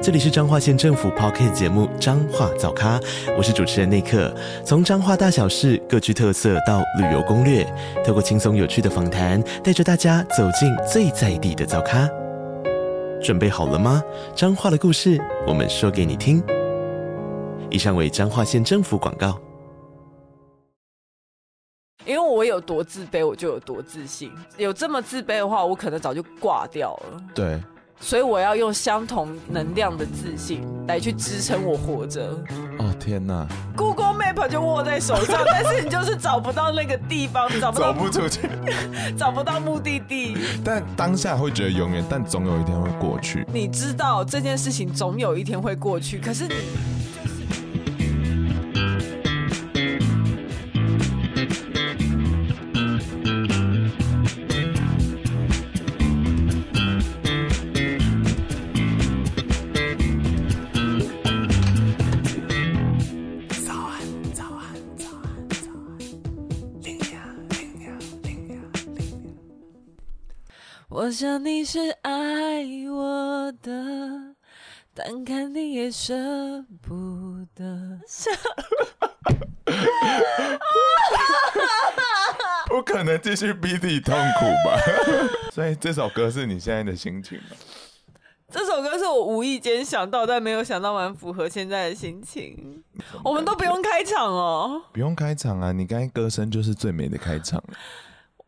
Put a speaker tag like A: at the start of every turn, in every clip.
A: 这里是彰化县政府 p o c k t 节目《彰化早咖》，我是主持人内克。从彰化大小事各具特色到旅游攻略，透过轻松有趣的访谈，带着大家走进最在地的早咖。准备好了吗？彰化的故事，我们说给你听。以上为彰化县政府广告。
B: 因为我有多自卑，我就有多自信。有这么自卑的话，我可能早就挂掉了。
C: 对，
B: 所以我要用相同能量的自信来去支撑我活着。
C: 哦天哪，
B: Google Map 就握在手上，但是你就是找不到那个地方，找不
C: 走
B: 到
C: 不出去。
B: 找不到目的地。
C: 但当下会觉得永远，但总有一天会过去。
B: 你知道这件事情总有一天会过去，可是你我想你是爱我的，但看你也舍不得。
C: 不可能继续逼自己痛苦 吧？所以这首歌是你现在的心情吗？
B: 这首歌是我无意间想到，但没有想到蛮符合现在的心情。我们都不用开场哦，
C: 不用开场啊，你刚才歌声就是最美的开场。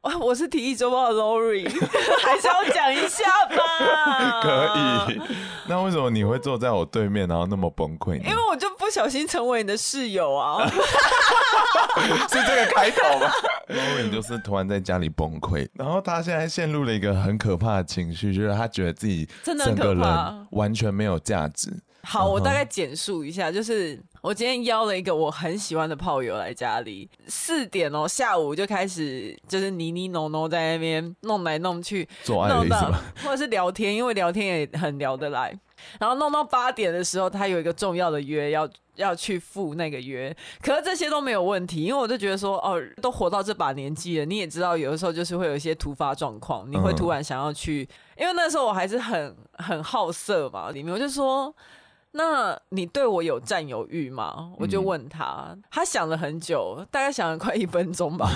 B: 哇我是提议周报的 Lori，还 是要讲一下吧？
C: 可以，那为什么你会坐在我对面，然后那么崩溃呢？
B: 因为我就不小心成为你的室友 啊！
C: 是这个开头吧？Lauren 就是突然在家里崩溃，然后他现在陷入了一个很可怕的情绪，就是他觉得自己
B: 真的很
C: 整
B: 可
C: 个
B: 怕
C: 人完全没有价值。
B: 好，我大概简述一下，就是我今天邀了一个我很喜欢的炮友来家里，四点哦，下午就开始就是泥泥弄弄在那边弄来弄去，
C: 做爱的
B: 弄
C: 意思
B: 到
C: 吗？
B: 或者是聊天，因为聊天也很聊得来。然后弄到八点的时候，他有一个重要的约要要去赴那个约，可是这些都没有问题，因为我就觉得说，哦，都活到这把年纪了，你也知道，有的时候就是会有一些突发状况，你会
C: 嗯
B: 突然想要去，因为那时候我还是很很好色嘛，里面我就说。那你对我有占有欲吗？我就问他，他想了很久，大概想了快一分钟吧。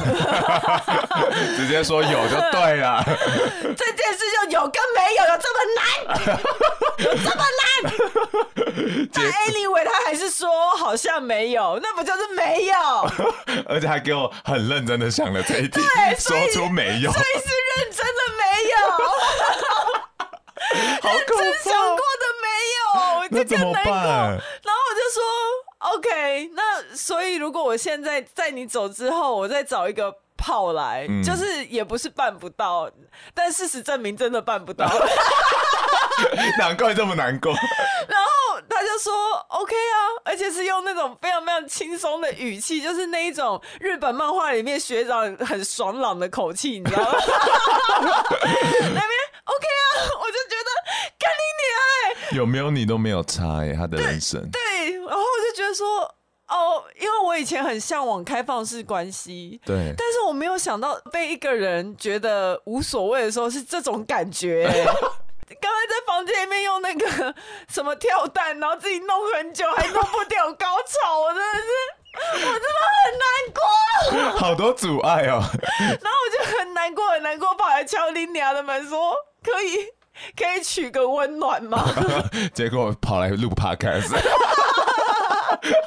C: 直接说有就对 了。
B: 这件事就有跟没有有这么难？有这 么难？但 anyway，他还是说好像没有，那不就是没有？所
C: 而且还给我很认真的想了这一题，
B: 所
C: 说
B: 以
C: 出没 有，好
B: 以是认真的没 有，
C: 可
B: 真想过
C: 怕。
B: 的没有，我
C: 那
B: 就
C: 怎
B: 更
C: 么
B: 难过。
C: 办？
B: 然后我就说 OK，那所以如果我现在在你走之后，我再找一个。炮来，
C: 嗯
B: 就是也不是办不到，但事实证明真的办不到。
C: 难怪这么难过。
B: 然后他就说 OK 啊，而且是用那种非常非常轻松的语气，就是那一种日本漫画里面学长很爽朗的口气，你知道吗？ 那边 OK 啊，我就觉得干你娘欸！
C: 有没有你都没有差哎、他的人生。
B: 对，然后我就觉得说哦，因为我以前很向往开放式关系。
C: 对，
B: 但是我没有想到被一个人觉得无所谓的时候是这种感觉、欸。刚才在房间里面用那个什么跳蛋，然后自己弄很久还弄不掉高潮，我真的是，我 真的很难过。
C: 好多阻碍
B: 然
C: 哦、
B: 后我就很难过，很难过，跑来敲林娘的门说：“可以，可以取个温暖吗？”
C: 结果跑来录 podcast，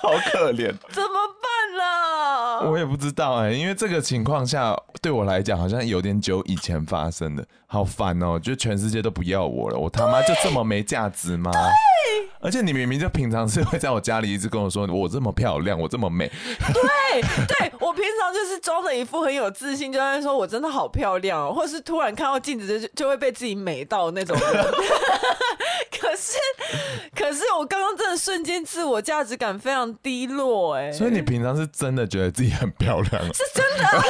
C: 好可怜。
B: 怎么办啦？
C: 我也不知道哎、因为这个情况下对我来讲好像有点久以前发生的，好烦哦、就全世界都不要我了，我他妈就这么没价值吗？而且你明明就平常是会在我家里一直跟我说我这么漂亮，我这么美，
B: 对，对我平常就是装着一副很有自信，就在那说我真的好漂亮哦，或是突然看到镜子就就会被自己美到那种人。 可是，可是我刚刚真的瞬间自我价值感非常低落、哎，
C: 所以你平常是 真的觉得自己很漂亮哦，
B: 是真的啊，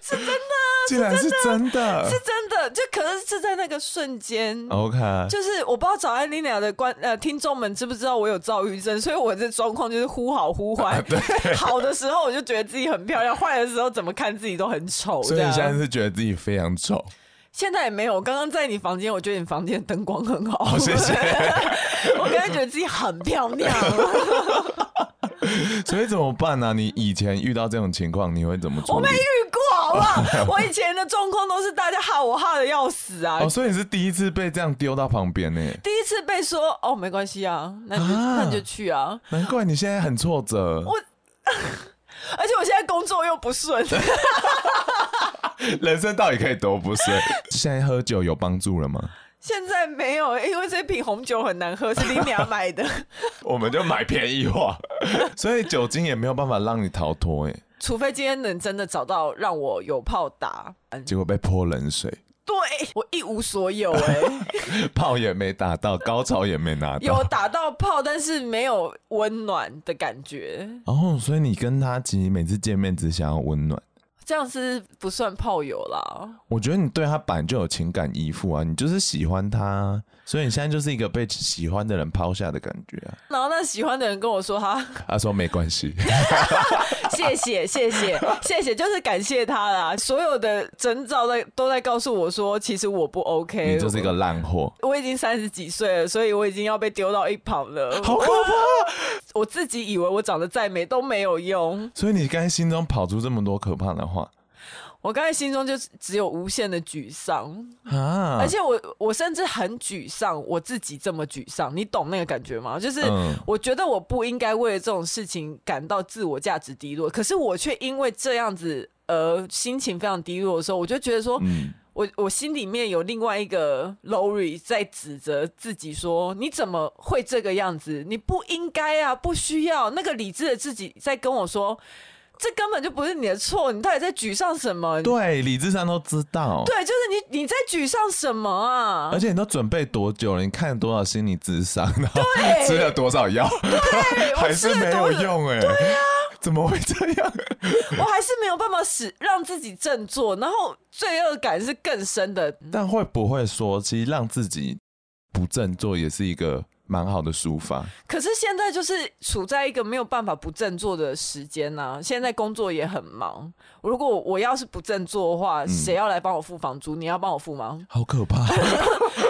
B: 是真的啊，
C: 竟然是真的
B: 是真的，就可是是在那个瞬间。
C: ，OK，
B: 就是我不知道早安丽娜的观呃听众们知不知道我有躁郁症，所以我这状况就是忽好忽
C: 啊
B: 坏。 好的时候我就觉得自己很漂亮，坏的时候怎么看自己都很丑。这
C: 所以你
B: 样
C: 现在是觉得自己非常丑，
B: 现在也没有，我刚刚在你房间，我觉得你房间灯光很好。
C: 好哦谢谢
B: 我刚才觉得自己很漂亮。
C: 所以怎么办呢、你以前遇到这种情况，你会怎么处
B: 我
C: 理
B: 没？遇过，好不好？我以前的状况都是大家哈我哈的要死啊
C: 哦，。所以你是第一次被这样丢到旁边呢、
B: 第一次被说哦，没关系啊，那你就、
C: 啊
B: 那你就去啊。
C: 难怪你现在很挫折，
B: 而且我现在工作又不顺，
C: 人生到底可以多不 顺？现在喝酒有帮助了吗？
B: 现在没有，因为这瓶红酒很难喝，是林娘买 的。
C: 我们就买便宜货， 所以酒精也没有办法让你逃脱，哎，
B: 除非今天能真的找到让我有炮打，
C: 结果被泼冷水，
B: 对我一无所有哎、
C: 炮也没打到，高潮也没拿
B: 有
C: 到。
B: 打到炮，但是没有温暖的感觉，
C: 哦，所以你跟他其实每次见面只想要温暖。
B: 这样是不算炮友啦。
C: 我觉得你对他本来就有情感依附啊，你就是喜欢他啊，所以你现在就是一个被喜欢的人抛下的感觉啊。
B: 然后那喜欢的人跟我说哈，
C: 他说没关 系，
B: 谢谢 谢谢谢谢，就是感谢他啦。所有的征兆在都在告诉我说，其实我不 OK，
C: 你就是一个烂货。
B: 我已经三十几岁了，所以我已经要被丢到一旁了。
C: 好可怕！
B: 我自己以为我长得再美都没有用，
C: 所以你刚才心中跑出这么多可怕的话
B: 我刚才心中就只有无限的沮丧，
C: 啊！
B: 而且我我甚至很沮丧，我自己这么沮丧，你懂那个感觉吗？就是
C: 嗯
B: 我觉得我不应该为了这种事情感到自我价值低落，可是我却因为这样子而心情非常低落的时候，我就觉得说，
C: 嗯，
B: 我我心里面有另外一个 Lori 在指责自己说：“你怎么会这个样子？你不应该啊，不需要。”那个理智的自己在跟我说：“这根本就不是你的错，你到底在沮丧什么？”
C: 对，理智上都知道。
B: 对啊就是你你在沮丧什么啊
C: 而？且你都准备多久了？你看了多少心理智商，然后吃了多少药，
B: 对我
C: 还
B: 吃
C: 是
B: 了
C: 没
B: 多
C: 有
B: 少，啊
C: 用哎、怎么会这样？
B: 我还是没有办法使让自己振作，然后罪恶感是更深的。
C: 但会不会说，其实让自己不振作也是一个蛮好的抒发？？
B: 可是现在就是处在一个没有办法不振作的时间呐、现在工作也很忙，如果我要是不振作的话，谁要来帮我付房租？你要帮我付吗
C: 好可怕，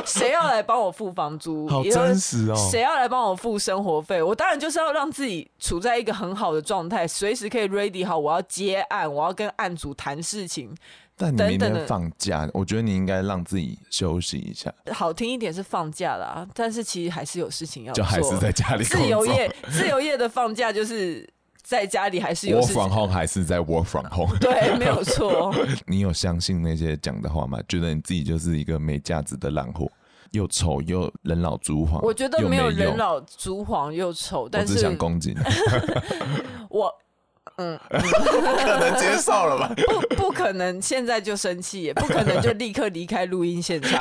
B: 谁要来帮我付房租？
C: 好
B: 以后
C: 真实哦！
B: 谁要来帮我付生活费？我当然就是要让自己处在一个很好的状态，随时可以 ready 好，我要接案，我要跟案主谈事情。
C: 但你
B: 等
C: 明
B: 等
C: 天
B: 的
C: 放假，我觉得你应该让自己休息一下，
B: 好听一点是放假啦，但是其实还是有事情要
C: 就
B: 做。
C: 还是在家里
B: 自由
C: 工作
B: 业， 自由业的放假就是在家里还是有
C: ，work
B: 事情
C: from。home 还是在 work from home。
B: 对，没 有错。
C: 你有相信那些讲的话吗？觉得你自己就是一个没价值的烂货，又丑又人老珠黄。
B: 我觉得
C: 又
B: 没
C: 没
B: 有人
C: 用，
B: 老珠黄又丑，
C: 我
B: 但
C: 只
B: 是
C: 想攻击 你，
B: 我
C: 可能接受 了吧？
B: 不不可能现在就生气，也不可能就立刻离开录音现场。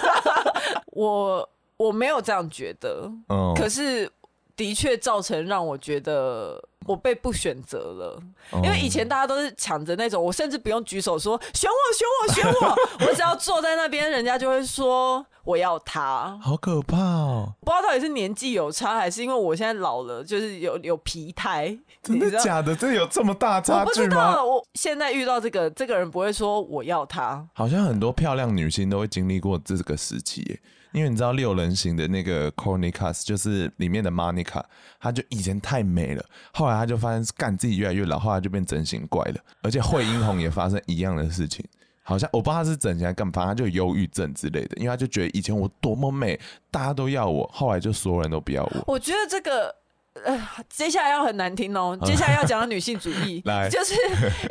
B: 我我没有这样觉得，
C: 嗯，
B: 可是的确造成让我觉得。我被不选择了，
C: 哦
B: 因为以前大家都是抢着那种，我甚至不用举手说选我选我选 我，我只要坐在那边，人家就会说我要他。
C: 好可怕哦！
B: 不知道到底是年纪有差，还是因为我现在老了，就是有有疲态，
C: 真
B: 你
C: 的
B: 知道？
C: 假的？这有这么大
B: 我
C: 差
B: 不
C: 距
B: 知
C: 吗？
B: 道，我现在遇到这个这个人不会说我要他，
C: 好像很多漂亮女星都会经历过这个时期耶，因为你知道六人行的那个 Cornicas 就是里面的 Monica，她就以前太美了，后来她就发现干自己越来越老，后来就变整形怪了，而且惠英红也发生一样的事 情。好像我不知道她是整形还是干嘛，反正她就有忧郁症之类的，因为她就觉得以前我多么美，大家都要我，后来就所有人都不要我。，
B: 我觉得这个。呃，接下来要很难听哦。接下来要讲到女性主义
C: 来
B: 就是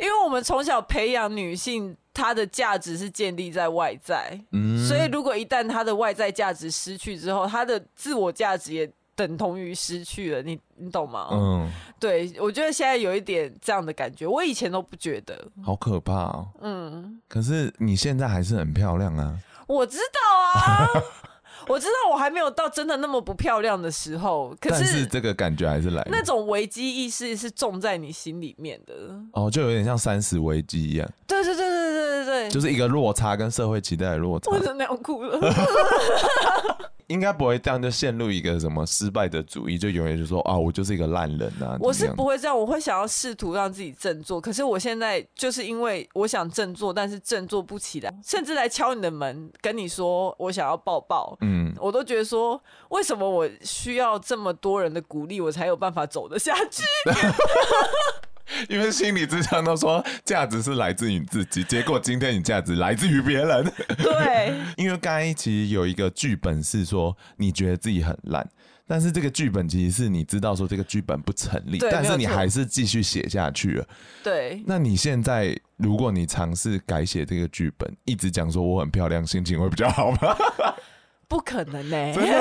B: 因为我们从小培养女性，她的价值是建立在外在，
C: 嗯
B: 所以如果一旦她的外在价值失去之后，她的自我价值也等同于失去了。你你懂吗？
C: 嗯，
B: 对，我觉得现在有一点这样的感觉，我以前都不觉得。
C: 好可怕哦！
B: 嗯，
C: 可是你现在还是很漂亮啊。
B: 我知道 啊，我知道我还没有到真的那么不漂亮的时候，可
C: 但
B: 是
C: 是这个感觉还是来了
B: 那种危机意识是种在你心里面的。
C: 哦，就有点像三十危机一样。
B: 对对对对对对
C: 就是一个落差跟社会期待的落差
B: 我，真的要哭 了。
C: 应该不会这样就陷入一个什么失败的主义，就永远就说啊，我就是一个烂人啊。
B: 我
C: 怎
B: 是
C: 么样
B: 不会这样，我会想要试图让自己振作。可是我现在就是因为我想振作，但是振作不起来，甚至来敲你的门，跟你说我想要抱抱，
C: 嗯，
B: 我都觉得说，为什么我需要这么多人的鼓励，我才有办法走得下 去？
C: 因为心理智商都说价值是来自于你自己，结果今天你价值来自于别 人。
B: 对，
C: 因为刚才其实有一个剧本是说你觉得自己很烂，但是这个剧本其实是你知道说这个剧本不成立，
B: 对
C: 但是
B: 没
C: 你
B: 有错
C: 还是继续写下去了。
B: 对，
C: 那你现在如果你尝试改写这个剧本，一直讲说我很漂亮，心情会比较好吗？
B: 不可能呢、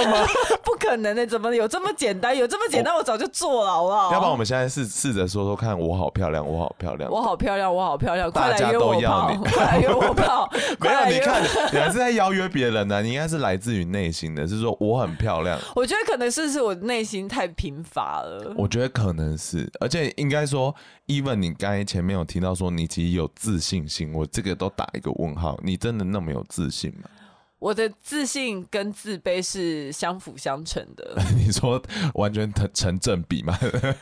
B: 不可能呢、怎么有这么简单？有这么简单，我早就做了，好不好？
C: 要不然我们现在试试着说说看，我好漂亮，我好漂亮。
B: 我好漂亮，我好漂亮，
C: 大
B: 快
C: 家
B: 来约
C: 都
B: 我
C: 要
B: 泡
C: 你，
B: 快来约我泡，
C: 没
B: 快
C: 有，
B: 来
C: 你
B: 约
C: 看
B: 我。，
C: 你还是在邀约别人呢、啊你应该是来自于内心的，是说我很漂亮。
B: 我觉得可能是是我内心太贫乏了。
C: 我觉得可能是，而且应该说，even 你刚才前面有提到说你其实有自信心，我这个都打一个问号，你真的那么有自信吗？
B: 我的自信跟自卑是相辅相成的。
C: 你说完全成成正比吗？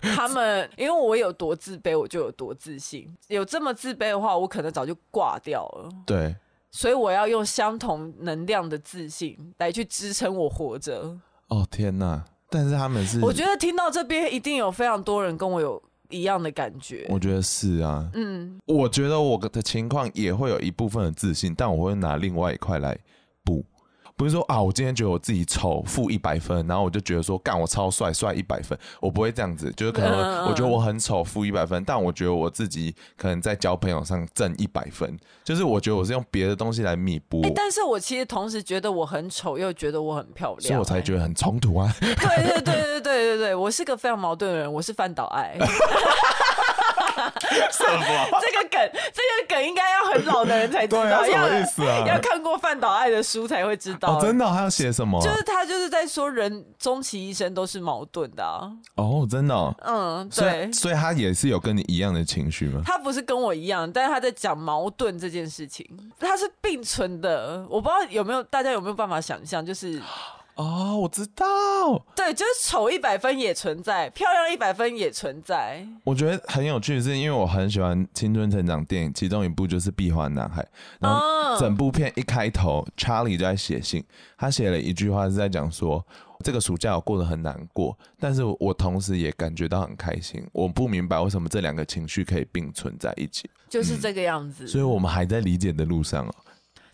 B: 他们因为我有多自卑，我就有多自信。有这么自卑的话，我可能早就挂掉了。
C: 对，
B: 所以我要用相同能量的自信来去支撑我活着。
C: 哦天哪！但是他们是，
B: 我觉得听到这边一定有非常多人跟我有一样的感觉。
C: 我觉得是啊，
B: 嗯，
C: 我觉得我的情况也会有一部分的自信，但我会拿另外一块来补。不是说啊，我今天觉得我自己丑，负一百分，然后我就觉得说，干我超帅，帅一百分，我不会这样子，就是可
B: 嗯嗯
C: 能
B: 嗯
C: 我觉得我很丑，负一百分，但我觉得我自己可能在交朋友上挣一百分，就是我觉得我是用别的东西来弥补
B: 哎、
C: 我，
B: 但是我其实同时觉得我很丑，又觉得我很漂亮、
C: 所以我才
B: 得。
C: 觉得很冲突啊。
B: 对对对对对对对，我是个非常矛盾的人，我是范岛爱。
C: 什么？
B: 这个梗，这个梗应该要很老的人才知
C: 对啊
B: 道，
C: 什么
B: 要
C: 意思啊
B: 要看过范岛爱的书才会知道。
C: 哦，真的哦、还要写什么？
B: 就是他就是在说人终其一生都是矛盾的啊。
C: 哦，真的哦、
B: 嗯，
C: 所
B: 对
C: 以，所以他也是有跟你一样的情绪吗？
B: 他不是跟我一样，但是他在讲矛盾这件事情，他是并存的。我不知道有没有大家有没有办法想象，就是
C: 哦，我知道，
B: 对，就是丑一百分也存在，漂亮一百分也存在。
C: 我觉得很有趣，的是因为我很喜欢青春成长电影，其中一部就是《壁花男孩》，然后
B: 嗯
C: 整部片一开头，Charlie 就在写信，他写了一句话是在讲说，这个暑假我过得很难过，但是我同时也感觉到很开心，我不明白为什么这两个情绪可以并存在一起，
B: 就是这个样子，
C: 嗯所以我们还在理解的路上哦。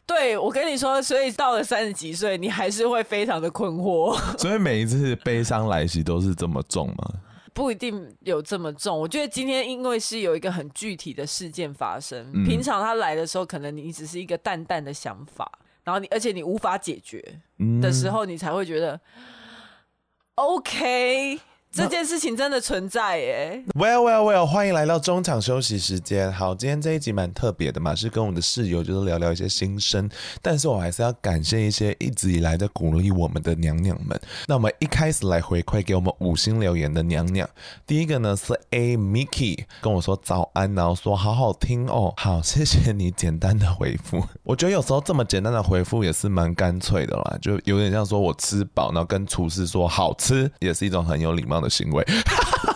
B: 对我跟你说，所以到了三十几岁，你还是会非常的困 惑。
C: 所以每一次悲伤来袭都是这么重吗？
B: 不一定有这么重。我觉得今天因为是有一个很具体的事件发生，
C: 嗯
B: 平常他来的时候，可能你只是一个淡淡的想法，然后你而且你无法解决
C: 嗯
B: 的时候，你才会觉得、OK
C: 那
B: 这件事情真的存在 耶。
C: Well, well, well！欢迎来到中场休息时间。好，今天这一集蛮特别的嘛，是跟我们的室友就是聊聊一些心声。但是我还是要感谢一些一直以来在鼓励我们的娘娘们。那我们一开始来回馈给我们五星留言的娘娘，第一个呢是 A Mickey 跟我说早安，然后说好好听哦。好，谢谢你简单的回复。我觉得有时候这么简单的回复也是蛮干脆的啦，就有点像说我吃饱，然后跟厨师说好吃，也是一种很有礼貌的行为。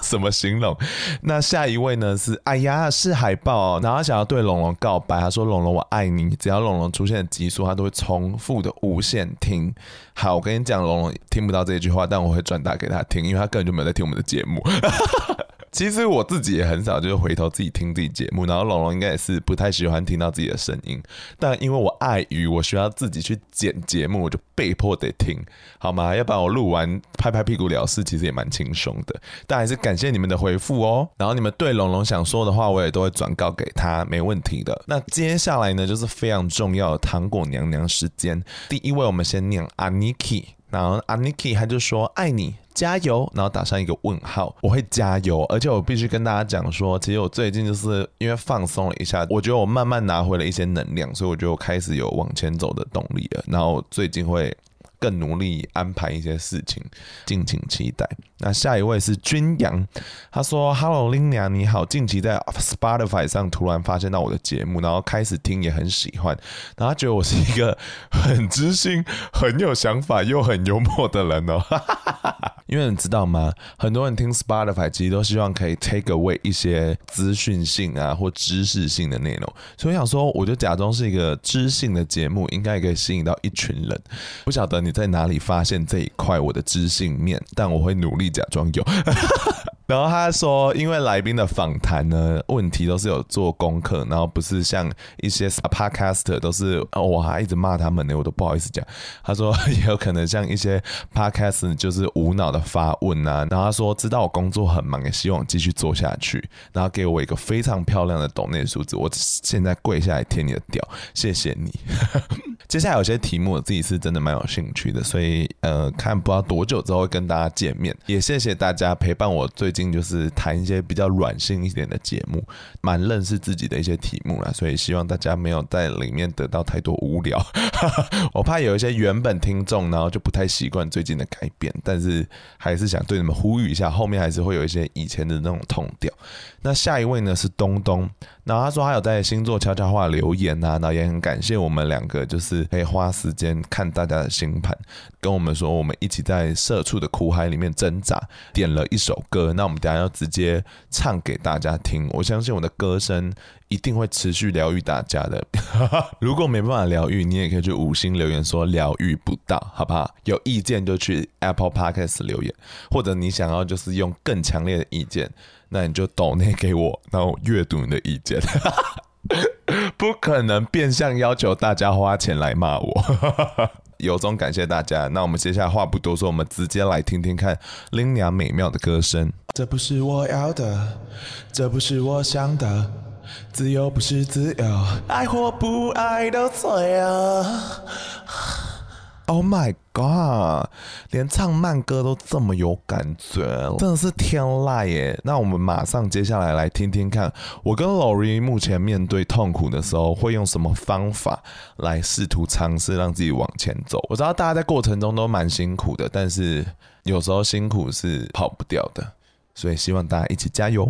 C: 怎么形容？那下一位呢是，哎呀，是海豹、哦，然后他想要对龙龙告白，他说：“龙龙，我爱你。”只要龙龙出现的集数，他都会重复的无限听。好，我跟你讲，龙龙听不到这句话，但我会转达给他听，因为他根本就没有在听我们的节目。其实我自己也很少，就是回头自己听自己节目，然后龙龙应该也是不太喜欢听到自己的声音，但因为我碍于我需要自己去剪节目，我就被迫得听，好吗？要不然我录完拍拍屁股了事，其实也蛮轻松的。但还是感谢你们的回复哦，然后你们对龙龙想说的话，我也都会转告给他，没问题的。那接下来呢，就是非常重要的糖果娘娘时间，第一位我们先念 Aniki。然后 Aniki 他就说爱你，加油，然后打上一个问号，我会加油，而且我必须跟大家讲说，其实我最近就是因为放松了一下，我觉得我慢慢拿回了一些能量，所以我觉得我开始有往前走的动力了。然后最近会更努力安排一些事情，敬请期待。那下一位是君阳，他说：“Hello，林娘你好，近期在 Spotify 上突然发现到我的节目，然后开始听也很喜欢，然后他觉得我是一个很知性、很有想法又很幽默的人哦。因为你知道吗？很多人听 Spotify 其实都希望可以 take away 一些资讯性啊或知识性的内容，所以我想说，我就假装是一个知性的节目，应该也可以吸引到一群人。不晓得你在哪里发现这一块我的知性面，但我会努力假装有。然后他说，因为来宾的访谈呢，问题都是有做功课，然后不是像一些 podcaster 都是、哦、我还一直骂他们呢，我都不好意思讲。他说也有可能像一些 podcast 就是无脑的发问啊，然后他说知道我工作很忙，也希望我继续做下去，然后给我一个非常漂亮的抖内数字，我现在跪下来舔你的屌，谢谢你。接下来有些题目我自己是真的蛮有兴趣的，所以呃，看不知道多久之后会跟大家见面。也谢谢大家陪伴我，最近就是谈一些比较软性一点的节目，蛮认识自己的一些题目啦，所以希望大家没有在里面得到太多无聊。 我怕有一些原本听众，然后就不太习惯最近的改变，但是还是想对你们呼吁一下，后面还是会有一些以前的那种痛调。那下一位呢是东东，然后他说他有在星座悄悄话留言呐、啊，然后也很感谢我们两个，就是可以花时间看大家的星盘，跟我们说我们一起在社畜的苦海里面挣扎，点了一首歌，那我们等一下要直接唱给大家听。我相信我的歌声一定会持续疗愈大家的。如果没办法疗愈，你也可以去五星留言说疗愈不到，好不好？有意见就去 Apple Podcast 留言，或者你想要就是用更强烈的意见。那你就抖内给我，然后阅读你的意见。不可能变相要求大家花钱来骂我， 由衷感谢大家。那我们接下来话不多说，我们直接来听听看林娘美妙的歌声。这不是我要的，这不是我想的，自由不是自由，爱或不爱都罪啊。Oh my god！连唱慢歌都这么有感觉，真的是天籁耶！那我们马上接下来来听听看，我跟 Lori 目前面对痛苦的时候，会用什么方法来试图尝试让自己往前走？我知道大家在过程中都蛮辛苦的，但是有时候辛苦是跑不掉的，所以希望大家一起加油。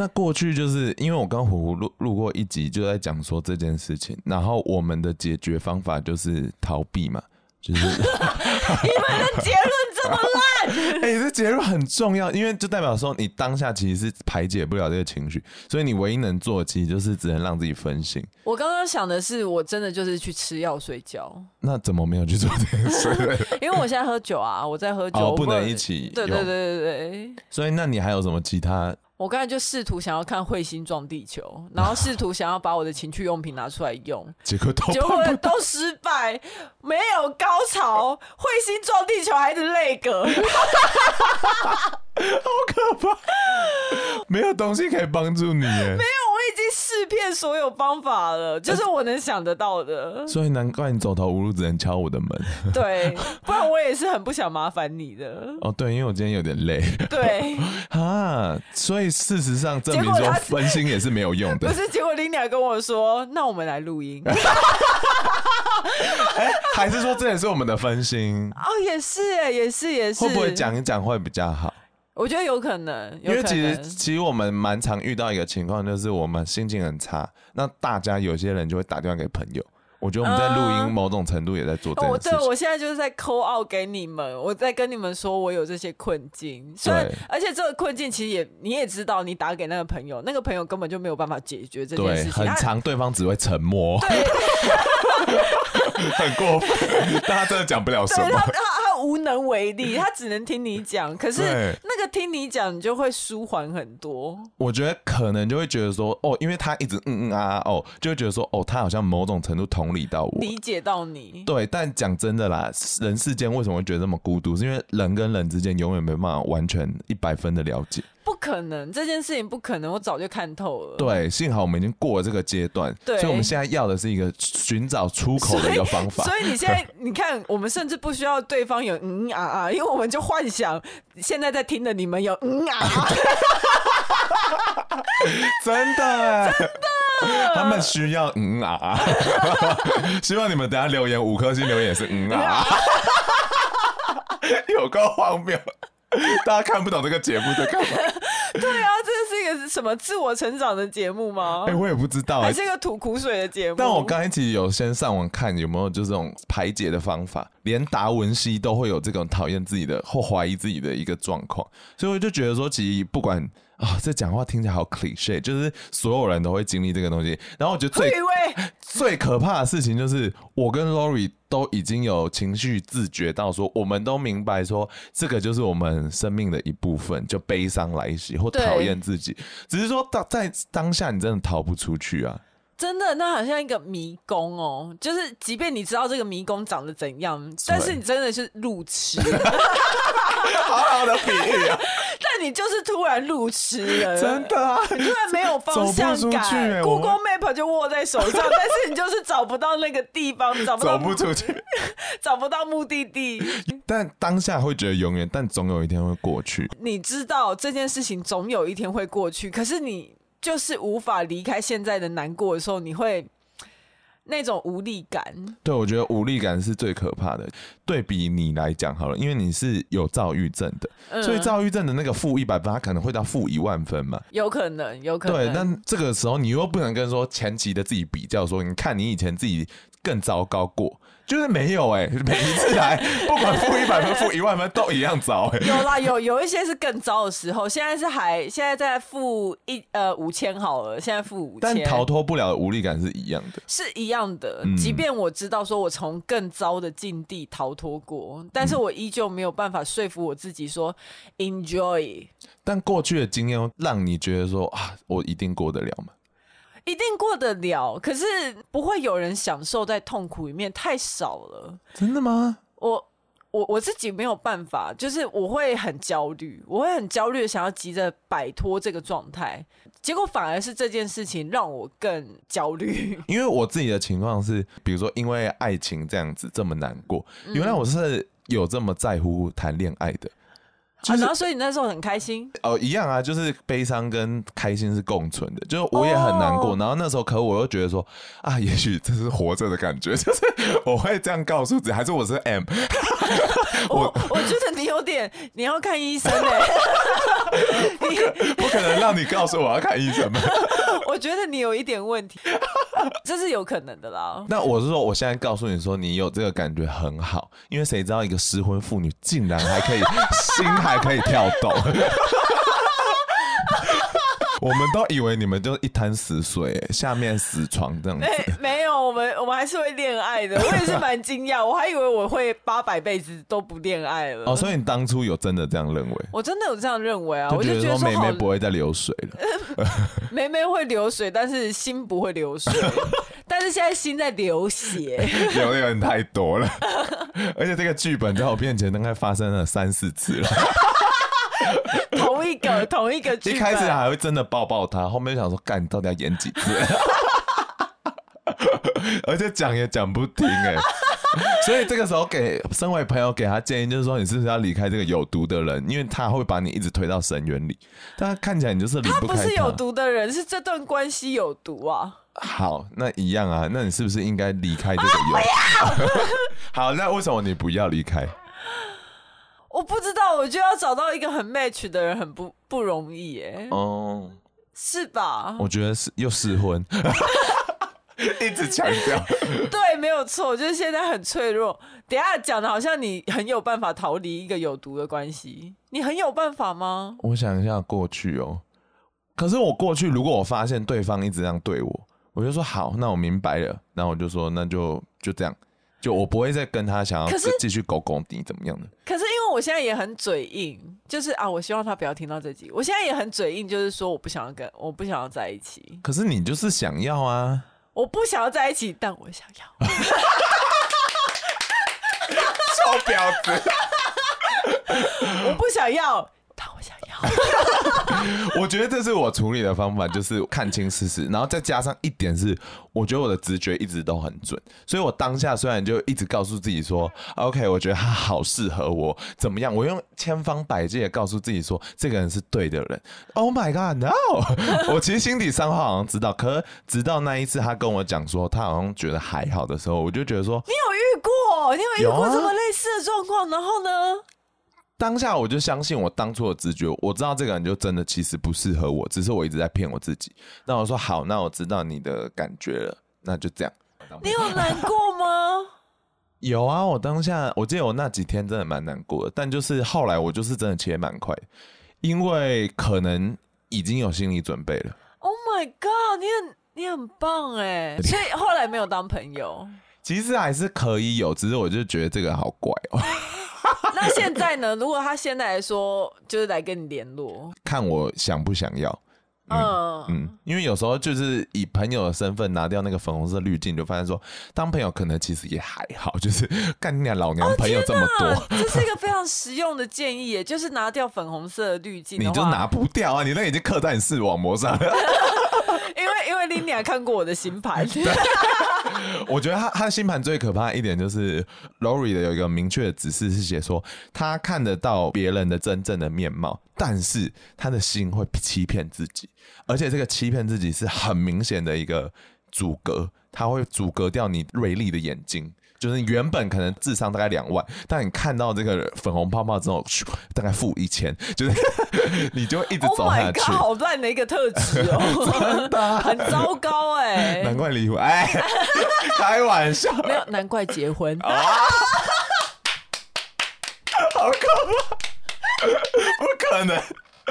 C: 那过去就是因为我跟虎虎录录过一集，就在讲说这件事情，然后我们的解决方法就是逃避嘛。就 是
B: 你们的结论这么烂，
C: 哎、这结论很重要，因为就代表说你当下其实是排解不了这个情绪，所以你唯一能做的其实就是只能让自己分心。
B: 我刚刚想的是，我真的就是去吃药睡觉，
C: 那怎么没有去做这件事？
B: 因为我现在喝酒啊，我在喝酒，
C: 哦，
B: 我
C: 不能一。起
B: 对对对
C: 用。
B: 对对，
C: 所以那你还有什么其他？
B: 我刚才就试图想要看彗星撞地球，然后试图想要把我的情趣用品拿出来用，
C: 结果都
B: 结
C: 办
B: 果
C: 不
B: 都失败，没有高潮，彗星撞地球还是泪 哥，
C: 没有东西可以帮助你耶。
B: 我已经试遍所有方法了，就是我能想得到的。
C: 所以难怪你走投无路，只能敲我的门。
B: 对，不然我也是很不想麻烦你的。
C: 哦，对，因为我今天有点累
B: 对，
C: 啊，所以事实上证明
B: 结
C: 说
B: 果他
C: 分心也是没有用的
B: 不。是，结果林鸟跟我说，那我们来录 音。
C: 哎，还是说这也是我们的分心？
B: 哦，也是哎，也是也是。
C: 会不会？讲一讲会比较好？
B: 我觉得有可能，
C: 因
B: 有
C: 为
B: 可
C: 其实
B: 能。
C: 其实我们蛮常遇到一个情况，就是我们心情很差，那大家有些人就会打电话给朋友。我觉得我们在录音
B: 嗯
C: 某种程度也在做这
B: 哦我
C: 件事
B: 对
C: 情。
B: 我现在就是在抠 out 给你们，我在跟你们说我有这些困境，虽然
C: 对
B: 而且这个困境其实也你也知道，你打给那个朋友，那个朋友根本就没有办法解决这件
C: 对，
B: 事情，
C: 很
B: 他
C: 长，对方只会沉默， 很过分，大家真的讲不了什
B: 对他
C: 么。
B: 他他无能为力，他只能听你讲，可是
C: 对
B: 那个听你讲，你就会舒缓很多。
C: 我觉得可能就会觉得说，哦，因为他一直嗯嗯啊啊哦，就会觉得说，哦，他好像某种程度同理到我。
B: 理解到你，
C: 对，但讲真的啦，人世间为什么会觉得这么孤独？是因为人跟人之间永远没办法完全一百分的了解。
B: 不可能，这件事情不可能，我早就看透了。
C: 对，幸好我们已经过了这个阶段，
B: 对
C: 所以我们现在要的是一个寻找出口的一个方法
B: 所。以你现在你看，我们甚至不需要对方有嗯啊啊，因为我们就幻想现在在听的你们有嗯啊啊，
C: 真的，真的，他们需要嗯啊 啊，希望你们等下 留言五颗星留言也是嗯啊啊，有够荒谬。大家看不懂这个节目在干嘛？
B: 对啊，这是一个什么自我成长的节目吗？
C: 哎、我也不知道、
B: 还
C: 哎。
B: 是一个吐苦水的节目？
C: 但我刚才其实有先上网看有没有就这种排解的方法，连达文西都会有这种讨厌自己的或怀疑自己的一个状况，所以我就觉得说，其实不管啊、这讲话听起来好 cliche，就是所有人都会经历这个东西。然后我觉得最
B: 以为
C: 最可怕的事情就是，我跟 Lori 都已经有情绪自觉到说，我们都明白说，这个就是我们生命的一部分，就悲伤来袭或
B: 对
C: 讨厌自己，只是说当在当下你真的逃不出去啊。
B: 真的，那好像一个迷宫哦，就是即便你知道这个迷宫长得怎样，但是你真的是路 痴，
C: 好好的比喻啊，
B: 但你就是突然路痴了，
C: 真的啊，
B: 突然没有方向
C: 走不出去欸
B: 感
C: 我们
B: ，Google Map 就握在手上，但是你就是找不到那个地方，找不
C: 走
B: 到
C: 不出去。
B: 找不到目的地。
C: 但当下会觉得永远，但总有一天会过去。
B: 你知道这件事情总有一天会过去，可是你就是无法离开现在的难过的时候，你会那种无力感。
C: 对，我觉得无力感是最可怕的。对比你来讲好了，因为你是有躁郁症的，
B: 嗯
C: 所以躁郁症的那个负一百分，它可能会到负一万分嘛。
B: 有可能，有可能。
C: 对，那这个时候你又不能跟说前期的自己比较，说你看你以前自己更糟糕过，就是没有哎、每一次来不管负一百分、负一万分都一样糟哎、
B: 有啦，有 有一些是更糟的时候，现在是还现在在付一呃五千好了，现在付五
C: 但
B: 千，
C: 逃脱不了的无力感是一样的。
B: 是一样的
C: 嗯。
B: 即便我知道说我从更糟的境地逃脱过，但是我依旧没有办法说服我自己说 enjoy，
C: 但过去的经验让你觉得说啊，我一定过得了吗？
B: 一定过得了。可是不会有人享受在痛苦里面，太少了。
C: 真的吗？
B: 我我我自己没有办法，就是我会很焦虑，我会很焦虑，想要急着摆脱这个状态，结果反而是这件事情让我更焦虑。
C: 因为我自己的情况是，比如说因为爱情这样子这么难过，原来我是有这么在乎谈恋爱的。 就
B: 啊，
C: 是
B: 然后所以你那时候很开心，
C: 哦，一样啊，就是悲伤跟开心是共存的，就是我也很难过，
B: 哦
C: 然后那时候可我又觉得说啊，也许这是活着的感觉，就是我会这样告诉自己，还是我是 M，
B: 我我觉得你有点你要看医生 哎、你
C: 不可能让你告诉我要看医生吧？
B: 我觉得你有一点问题，这是有可能的啦。
C: 那我是说，我现在告诉你说，你有这个感觉很好，因为谁知道一个失婚妇女竟然 还可以心还可以跳动。 我们都以为你们就一滩死水、下面死床这样子
B: 没、。 没有，我们我们还是会恋爱的。我也是蛮惊 讶，我还以为我会八百辈子都不恋爱了。
C: 哦，所以你当初有真的这样认为？
B: 我真的有这样认为啊，
C: 就
B: 我就
C: 觉
B: 觉
C: 得
B: 得
C: 说
B: 说
C: 妹
B: 好
C: 妹不会再流水了，
B: 妹妹会流水，但是心不会流 水。但是现在心在流血，
C: 流的有点太多 了，而且这个剧本在我面前大概发生了三四次了。
B: 同一个同一个剧
C: 一
B: 本。
C: 开始还会真的抱抱他，后面就想说干，你到底要演几次？ 而且讲也讲不停哎、所以这个时候给身为朋友给他建议，就是说你是不是要离开这个有毒的人，因为他会把你一直推到深渊里。但他看起来你就是离
B: 他不
C: 开
B: 是有毒的人，是这段关系有毒啊！
C: 好，那一样啊，那你是不是应该离开这个有？
B: 啊
C: 好，那为什么你不要离开？
B: 我不知道，我就要找到一个很 match 的人很不不容易耶，
C: 哦、
B: 是吧？
C: 我觉得是又试婚， 一直强调。
B: 对，没有错，就是现在很脆弱。等一下讲的好像你很有办法逃离一个有毒的关系，你很有办法吗？
C: 我想一下过去哦，可是我过去如果我发现对方一直这样对我，我就说好，那我明白了，然后我就说那就就这样，就我不会再跟他想要
B: 可是
C: 继续狗狗你怎么样的。
B: 可是因为我现在也很嘴硬，就是啊，我希望他不要听到这集。我现在也很嘴硬，就是说我不想要跟，我不想要在一起，
C: 可是你就是想要啊，
B: 我不想要在一起，但我想要。
C: 臭婊子！
B: 我不想要，但我想要。
C: 我觉得这是我处理的方法，就是看清事实，然后再加上一点是，我觉得我的直觉一直都很准，所以我当下虽然就一直告诉自己说，OK，我觉得他好适合我，怎么样？我用千方百计的告诉自己说，这个人是对的人。Oh my god，no！我其实 心底三号好像知道，可直到那一次他跟我讲说，他好像觉得还好的时候，我就觉得说，
B: 你有遇过？你有遇
C: 有
B: 过
C: 啊
B: 这么类似的状况？然后呢？
C: 当下我就相信我当初的直觉，我知道这个人就真的其实不适合我，只是我一直在骗我自己。那我说好，那我知道你的感觉了，那就这样。
B: 你有难过吗？
C: 有啊，我当下我记得我那几天真的蛮难过的，但就是后来我就是真的切蛮快的，因为可能已经有心理准备了。
B: Oh my god！你很你很棒哎，所以后来没有当朋友。
C: 其实还是可以有，只是我就觉得这个好怪哦、
B: 那现在呢？如果他现在来说，就是来跟你联络，
C: 看我想不想要。
B: 嗯
C: 嗯，因为有时候就是以朋友的身份拿掉那个粉红色滤镜，就发现说当朋友可能其实也还好，就是干你俩老娘朋友这么嗯多，
B: 啊，这是一个非常实用的建议耶，就是拿掉粉红色的滤镜的
C: 你
B: 话，
C: 就拿不掉啊！你那已经刻在你视网膜上了。
B: 因为因为 l i n a 看过我的星 盘，
C: 我觉得他他的星盘最可怕的一点就是 Lori 的有一个明确的指示是写说，他看得到别人的真正的面貌，但是他的心会欺骗自己，而且这个欺骗自己是很明显的一个阻隔，他会阻隔掉你锐利的眼睛。就是原本可能智商大概两万，但你看到这个粉红泡泡之后，咻大概负一千，就是 你就会一 直
B: Oh
C: 走
B: my
C: 下去
B: god，。好烂的一个特质 哦，很糟糕哎、
C: 难怪离 婚，哎，开玩笑，
B: 没有，难怪结婚。
C: 哦不可能。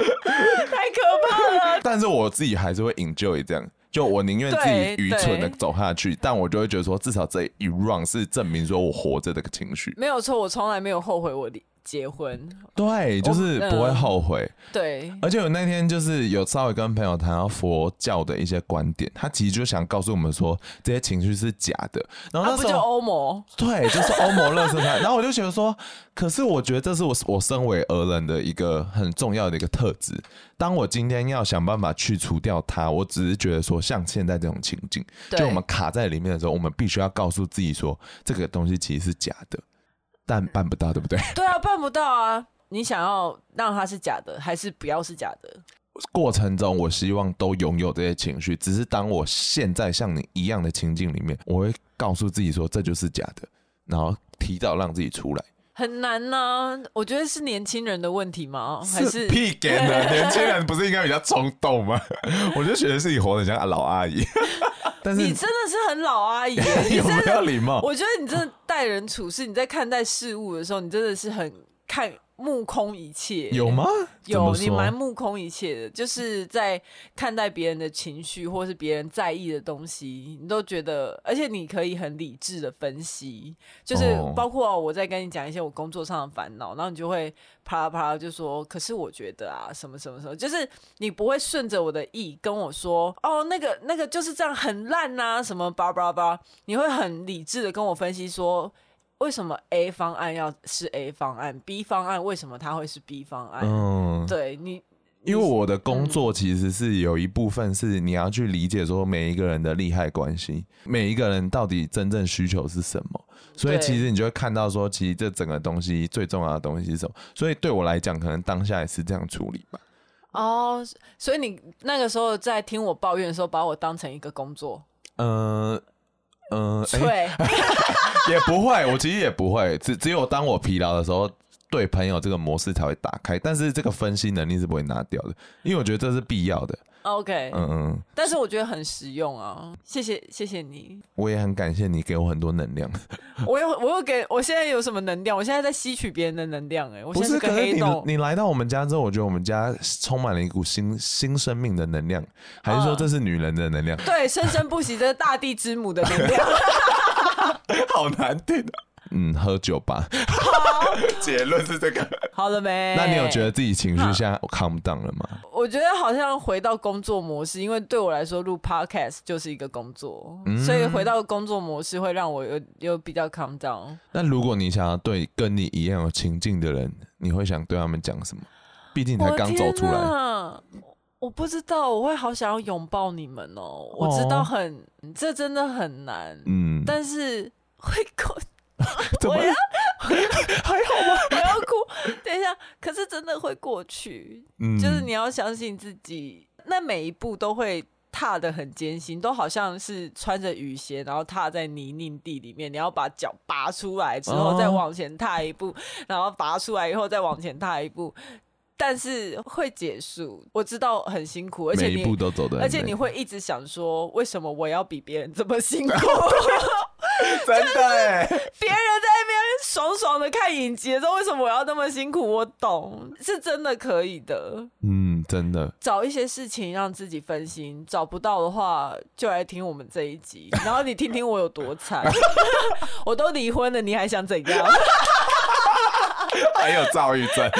B: 太可怕了！
C: 但是我自己还是会 enjoy 这样，就我宁愿自
B: 对
C: 己愚蠢的
B: 对
C: 走下去，但我就会觉得说，至少这一 round 是证明说我活着的情绪。
B: 没有错，我从来没有后悔我离结婚。
C: 对，就是
B: 嗯
C: 不会后悔。
B: 对，
C: 而且我那天就是有稍微跟朋友谈到佛教的一些观点，他其实就想告诉我们说，这些情绪是假的。然
B: 那
C: 后哦那
B: 啊不
C: 时
B: 就哦
C: 候、
B: 欧盟？
C: 对，就是欧盟乐色派。然后我就觉得说，可是我觉得这是我我身为俄人的一个很重要的一个特质。当我今天要想办法去除掉它，我只是觉得说，像现在这种情境，
B: 对
C: 就我们卡在里面的时候，我们必须要告诉自己说，这个东西其实是假的，但办不到，对不对？
B: 对啊，办不到啊！你想要让它是假的，还是不要是假的？
C: 过程中，我希望都拥有这些情绪，只是当我现在像你一样的情境里面，我会告诉自己说，这就是假的，然后提早让自己出来。
B: 很难呐、我觉得是年轻人的问题吗？还是
C: 屁给的， 年轻人不是应该比较冲动吗？ 我就觉得自己活得像老阿姨， 但是
B: 你真的是很老阿姨耶？你
C: 有
B: 真
C: 没
B: 的，
C: 有礼貌？
B: 我觉得你真的待人处事，你在看待事物的时候，你真的是很看目空一切。
C: 有吗？怎
B: 有
C: 么，
B: 你
C: 说
B: 蛮嗯目空一切的，就是在看待别人的情绪或是别人在意的东西，你都觉得，而且你可以很理智的分析，就是
C: 哦
B: 包括我在跟你讲一些我工作上的烦恼，然后你就会啪啦啪啦就说，可是我觉得啊，什么什么什么，就是你不会顺着我的意跟我说，哦，那个那个就是这样很烂啊，什么叭叭叭，你会很理智的跟我分析说。为什么 A 方案要是 A 方案，B 方案为什么它会是 B 方案？
C: 嗯，
B: 对你，
C: 因为我的工作其实是有一部分是你要去理解说每一个人的利害关系，每一个人到底真正需求是什么，所以
B: 对
C: 其实你就会看到说，其实这整个东西最重要的东西是什么。所以对我来讲，可能当下也是这样处理吧。
B: 哦，所以你那个时候在听我抱怨的时候，把我当成一个工作，呃
C: 嗯嗯，哎
B: 对，
C: 也不会，我其实也不会，只只有当我疲劳的时候，对朋友这个模式才会打开。但是这个分析能力是不会拿掉的，因为我觉得这是必要的。
B: OK，、
C: 嗯嗯，
B: 但是我觉得很实用啊，谢谢谢谢你，
C: 我也很感谢你给我很多能量。
B: 我有我有给我现在有什么能量？我现在在吸取别人的能量、哎，我现
C: 不
B: 在
C: 是，
B: 个
C: 可是
B: 黑
C: 你
B: 洞，
C: 你来到我们家之后，我觉得我们家充满了一股新新生命的能量，还是说
B: 嗯
C: 这是女人的 能量？
B: 对，生生不息，这是大地之母的能量。
C: 好难听。
B: 啊
C: 嗯，喝酒吧。 结论是这个。
B: 好了没？
C: 那你有觉得？自己情绪现在 calm down 了吗？
B: 我觉得好像回到工作模式，因为对我来说录 podcast 就是一个工作，所以回到工作模式会让我有有比较 calm down。
C: 那如果你想要对跟你一样有情境的人，你会想对他们讲什么？毕竟你才
B: 我
C: 刚
B: 天啊
C: 走出来，
B: 呐我不知道，我会好想要拥抱你们哦。我知道很，这真的很难，
C: 嗯，
B: 但是会哭，
C: 怎么
B: 我要 还好吗？我要哭，等一下，可是真的会过去，
C: 嗯
B: 就是你要相信自己，那每一步都会踏的很艰辛，都好像是穿着雨鞋，然后踏在泥泞地里面，你要把脚拔出来之后再
C: 哦
B: 往前踏一步，然后拔出来以后再往前踏一步。但是会结束，我知道很辛苦，而且
C: 每一
B: 你
C: 步都走的，
B: 而且你会一直想说，为什么我要比别人这么辛 苦？
C: 真的哎、
B: 别人在那边爽爽的看影集的时候，为什么我要那么辛苦？我懂，是真的可以的。
C: 嗯，真的，
B: 找一些事情让自己分心，找不到的话就来听我们这一集，然后你听听我有多惨。 我都离婚了，你还想怎样？
C: 还有哎躁郁症，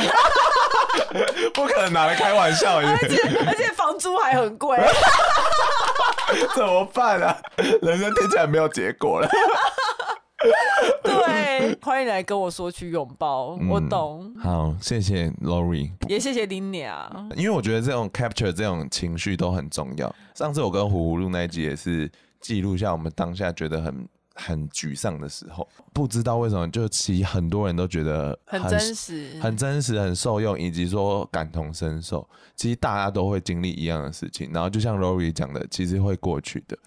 C: 不可能拿来开玩笑，
B: 哎而且房租还很贵。
C: 怎么办啊？人生听起来没有结果了。
B: 对，欢迎来跟我说去拥抱，
C: 嗯
B: 我懂，
C: 好，谢谢 Lori。
B: 也谢谢林啊娘。
C: 因为我觉得这种 capture 这种情绪都很重要。上次我跟胡葫芦那一集也是记录下我们当下觉得很很沮丧的时候，不知道为什么，就其实很多人都觉得
B: 很真实，
C: 很真实、很受用，以及说感同身受。其实大家都会经历一样的事情，然后就像 Rory 讲的，其实会过去的。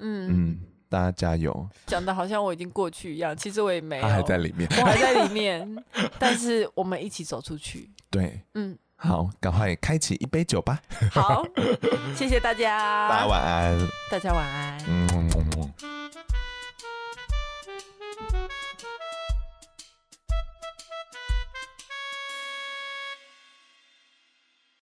C: 嗯大家加油，
B: 讲的好像我已经过去一样，其实我也没有，
C: 他还在里面。
B: 我还在里面，但是我们一起走出去。
C: 对，
B: 嗯，
C: 好，赶快开启一杯酒吧，
B: 好，谢谢大
C: 大家
B: 家，
C: 晚安。
B: 大家晚安。
C: 嗯。